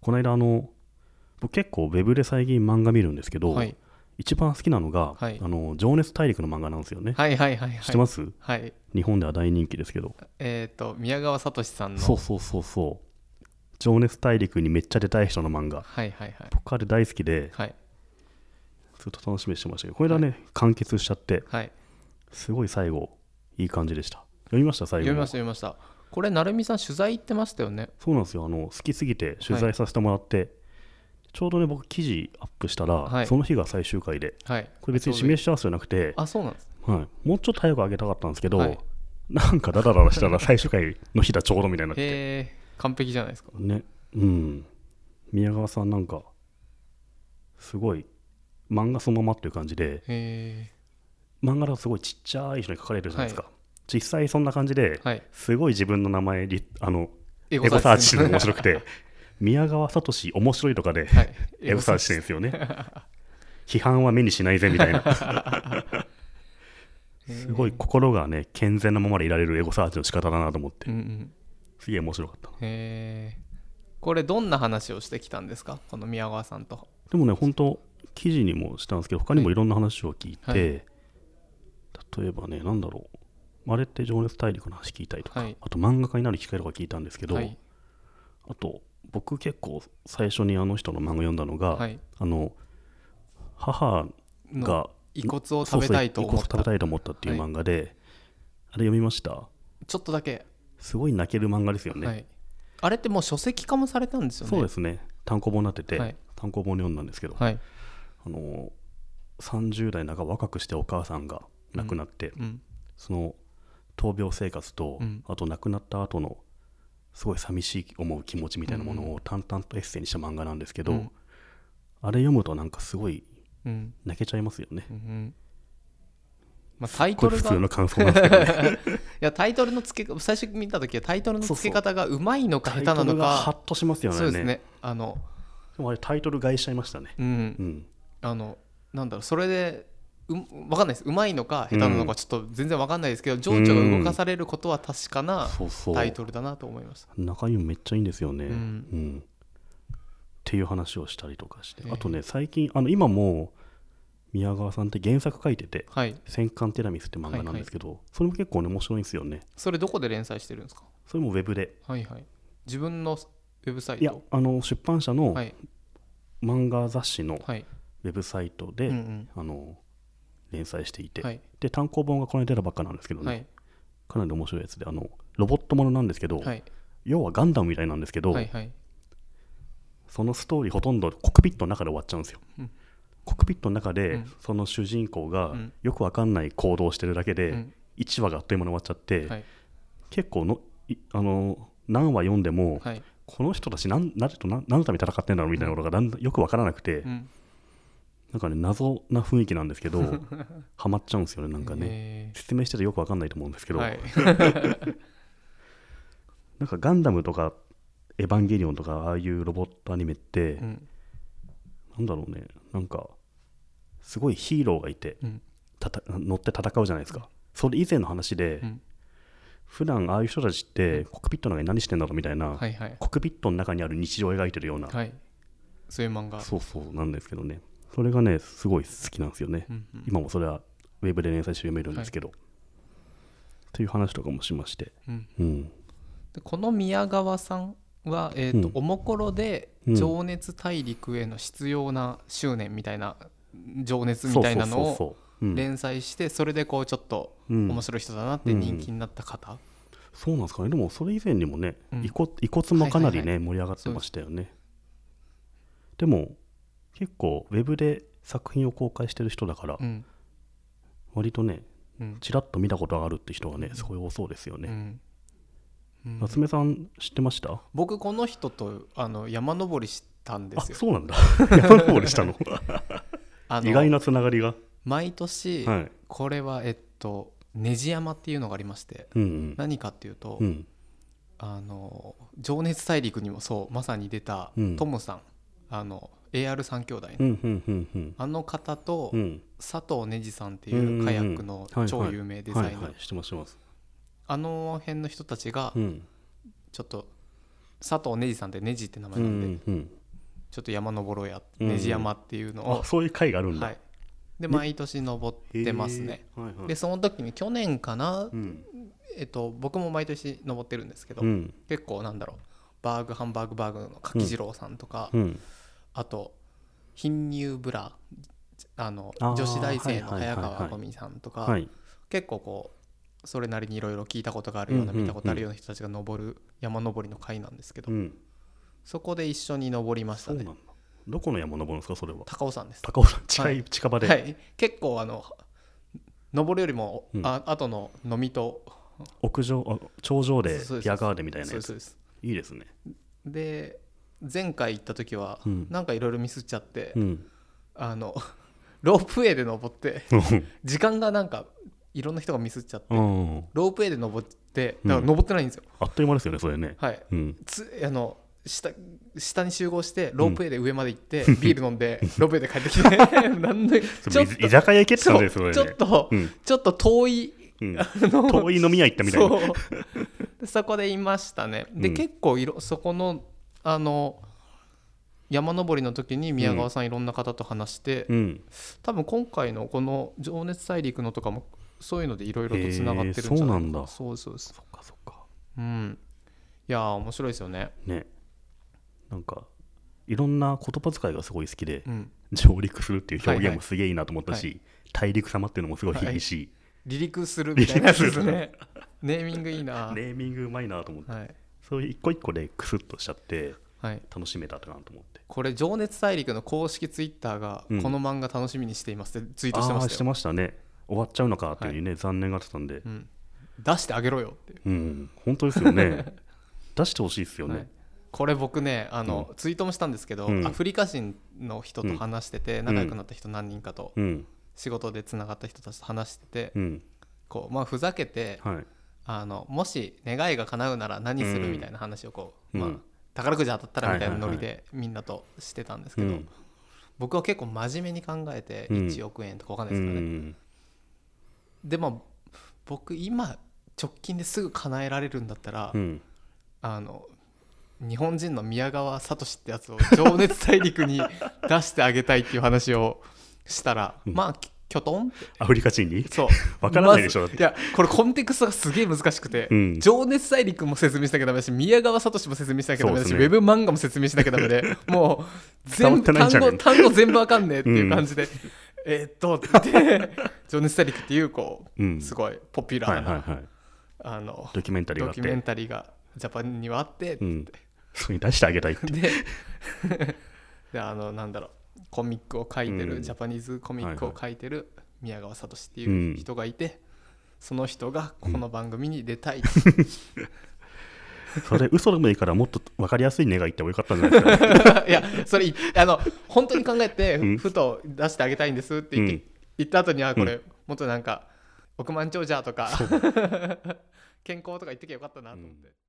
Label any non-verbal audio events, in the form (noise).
この間あの僕結構ウェブで最近漫画見るんですけど、はい一番好きなのが、はいあの情熱大陸の漫画なんですよね、はいはいはいはい知ってますはい日本では大人気ですけどえっ、と宮川聡さんのそうそうそうそう情熱大陸にめっちゃ出たい人の漫画はいはいはい僕あれ大好きではいずっと楽しみにしてましたけどこれだね、完結しちゃってはいすごい最後いい感じでした読みました最後読みました読みましたこれ成美さん取材行ってましたよねそうなんですよあの好きすぎて取材させてもらって、ちょうどね僕記事アップしたら、はいその日が最終回ではいこれ別に指名しちゃうじゃなくて、あそうなんですはい、もうちょっと早く上げたかったんですけど、はいなんかダラダラしたら最終回の日だちょうどみたい (laughs) になってへえ完璧じゃないですかねうん宮川さんなんかすごい漫画そのままっていう感じでへ漫画だとすごいちっちゃい人に書かれるじゃないですか、実際そんな感じでえはいすごい自分の名前リあのエエゴサーチしてるのね面白く (laughs) て宮川聡面白いとかではい (laughs) エゴサーチしてるんですよね (laughs) 批判は目にしないぜみたいなすごい心がね健全なままでいられるエゴサーチの仕方だなと思ってうんうんすげえ面白かったなへえこれどんな話をしてきたんですかこの宮川さんとでもね本当記事にもしたんですけど他にもいろんな話を聞いて、はい例えばねなんだろうあれって情熱大陸の話聞いたりとか、はいあと漫画家になる機会とか聞いたんですけど、はいあと僕結構最初にあの人の漫画読んだのが、はいあの母のが遺骨を食べたいと思そうそっう遺骨食たべたいと思ったっていう漫画で、あれ読みましたちょっとだけ、すごい泣ける漫画ですよね、はいあれってもう書籍化もされたんですよねそうですね単行本になってて、はい単行本に読んだんですけど、はいあの30代半ば若くしてお母さんが亡くなって、うんその闘病生活と、うんあと亡くなった後のすごい寂しい思う気持ちみたいなものを淡々とエッセイにした漫画なんですけど、うんあれ読むとなんかすごいうん泣けちゃいますよねう。んまあ、タイトこれル普が通いの感想なんですけど、 (laughs) ね、やタイトルの付け最初見た時はタイトルの付け方がうまいのかタイ下手トなルのがハかッとしますよね。そうですねあのでもあれタイトル買いしちゃいましたね。うん、うん、あのなんだろうそれでう分かんないですうまいのか下手なのかちょっと全然分かんないですけど、情緒が動かされることは確かなそうそうタイトルだなと思いました中身もめっちゃいいんですよね。ううんんっていう話をしたりとかしてへえあとね最近あの今も宮川さんって原作書いててはい「戦艦テラミス」って漫画なんですけど、それも結構ね面白いんですよね。それどこで連載してるんですかそれもウェブで。はいはい自分のウェブサイいやトあの出版社のはい漫画雑誌のウはいェブサイトうで、んうんあの連載していて、はいで単行本がこの間出たばっかなんですけどね、はいかなり面白いやつであのロボットものなんですけど、はい要はガンダムみたいなんですけど、はいはいそのストーリーほとんどコックピットの中で終わっちゃうんですよ。うんコックピットの中で、うんその主人公がうんよくわかんない行動をしてるだけで、うん1話があっという間に終わっちゃって、はい結構のいあの何話読んでも、はいこの人たち何誰と何何のために戦ってんだろうみたいなことがだんだんよくわからなくて、うんなんかね謎な雰囲気なんですけど (laughs) ハマっちゃうんですよねなんかね、ね説明しててよくわかんないと思うんですけど、はいなんかガンダムとかエヴァンゲリオンとかああいうロボットアニメって、うんなんだろうねなんかすごいヒーローがいてうんたた乗って戦うじゃないですかそれ以前の話で、うん普段ああいう人たちってコックピットの中に何してんだろうみたいな、はいはいコックピットの中にある日常を描いてるような、はいそういう漫画そうそうなんですけどねそれがねすごい好きなんですよね、うんうん今もそれはウェブで連載して読めるんですけど、っていう話とかもしまして、うんうん、でこの宮川さんは、えーとうんおもころでうん情熱大陸への必要な執念みたいな情熱みたいなのをそうそうそうそう、うん連載してそれでこうちょっとうん面白い人だなって人気になった方、そうなんですかねでもそれ以前にもね、うん遺骨遺骨もかなりね、はいは盛り上がってましたよねでも結構ウェブで作品を公開してる人だから、うん割とねうんちらっと見たことがあるって人はねすごい多そうですようね、んうん夏目さん知ってました僕この人とあの山登りしたんであすよそうなんだ (laughs) 山登りしたの (laughs) あの意外なつながりが毎年、はいこれはえっとネジ山っていうのがありましてうん何かっていうと、うんうんあの「情熱大陸」にもそうまさに出たうんトムさん、あの AR3 兄弟の、うんうんうんうんあの方と、うん佐藤ねじさんっていうカヤックのうんうん超有名デはザいイナー、はい知ってます知ってますあの辺の人たちがうんちょっと、佐藤ねじさんってねじって名う前なんで、んうんちょっと山登ろうや、うんねじ山っていうのあを、そういう回があるんだ、、はいい、で毎年登ってますね、はいはいでその時に去年かな、うんえっと、僕も毎年登ってるんですけど、うん結構なんだろうバーグハンバーグバーグの柿次郎さんとか、うんあと貧乳ブラあのあー女子大生のはいはい早はいはい川亜美さんとか、はい結構こうそれなりにいろいろ聞いたことがあるような、うんうんうん見たことあるような人たちが登る山登りの会なんですけど、うんそこで一緒に登りましそたうなんねだどこの山登るんですかそれは高尾山です、高尾さん近い近場で、はい、結構あの登るよりも、うんあ後の飲みと屋上あ頂上でそうですビアガーデンみたいなそうやでつすそうですいいですねで前回行った時は、うんなんかいろいろミスっちゃって、うんあのロープウェイで登ってうん時間がなんかいろんな人がミスっちゃってうんロープウェイで登ってうんだから登ってないんですよ、あっという間ですよねそれねはいうんつあの下下に集合してロープウェイで上まで行 (laughs) って、ビール飲んでロープウェイで帰ってきて (laughs) なんでちょっそれ居酒屋行けって感じですよとねちょっと、うんちょっと遠いうんの遠い飲み屋行ったみたいなそうで (laughs) そこでいましたねで、うん結構いろそこのあの山登りの時に宮川さんいろんな方と話して、うん多分今回のこの「情熱大陸」のとかもそういうのでいろいろとつながってるんじゃへーそないうなんだそうですそうですそっかそっかうんいやー面白いですよねねなんかいろんな言葉遣いがすごい好きでうん上陸するっていうは表いは現いもすげえいいなと思ったし、大陸様っていうのもすごいいいし、離陸するみたいなやつですねネーミングいいな、ネーミングうまいなと思って、はいそういう一個一個でクスッとしちゃってはい楽しめたかなと思ってこれ「情熱大陸」の公式ツイッターが、うんこの漫画楽しみにしています」ってツイーあトしてまあーししたてよ、ましたね終わっちゃうのかっていうね、残念がってたんでうん、出してあげろよっていううん、本当ですよ (laughs) ね出してほしいですよね、はいこれ僕ねあの、ツイートもしたんですけど、うんアフリカ人の人と話してて、仲良くなった人何人かと、うん仕事でつながった人たちと話してて、うんこうまあ、ふざけて、はいあのもし願いが叶うなら何するみたいな話をこうう、んまあうん、宝くじ当たったらみたいなノリはでみんなとしてたんですうけど、ん僕は結構真面目に考えてうん1億円とかわかんないうですからね、んでまあ僕今直近ですぐ叶えられるんだったら、うんあの日本人の宮川聡ってやつを「情熱大陸」に出してあげたいっていう話をしたら、うんまあききょとんってアフリカ人にそうわからないでしょまずいやこれコンテクストがすげえ難しくて、うん情熱大陸も説明しなきゃダメだし宮川聡も説明しなきゃダメだし、そうウですねェブ漫画も説明しなきゃダ (laughs) メでもう全伝わっ部てないんじ単ゃない語単語全部わかんねえっていう感じで、えーっとって言って (laughs) 情熱大陸っていうこう、うんすごいポピュラはーいな、はいはいあのドキュメンタリーがあドっキュメンてタリーがジャパンにはあって、うんそれに出してあげたいってで (laughs) であのなんだろうコミックを書いてる、うんジャパニーズコミックはをい書いてる宮川聡っていう人がいて、その人がこの番組に出 (laughs) たい、それ嘘でもいいからもっと分かりやすい願いってもよかったんじゃないですか、ね、いやそれいあの本当に考えて、うんふと出してあげたいんですって言って,、うん言った後にはこれ、もっ (laughs) となんか億万長者とか健康とか言ってきゃよかったなと思って。うん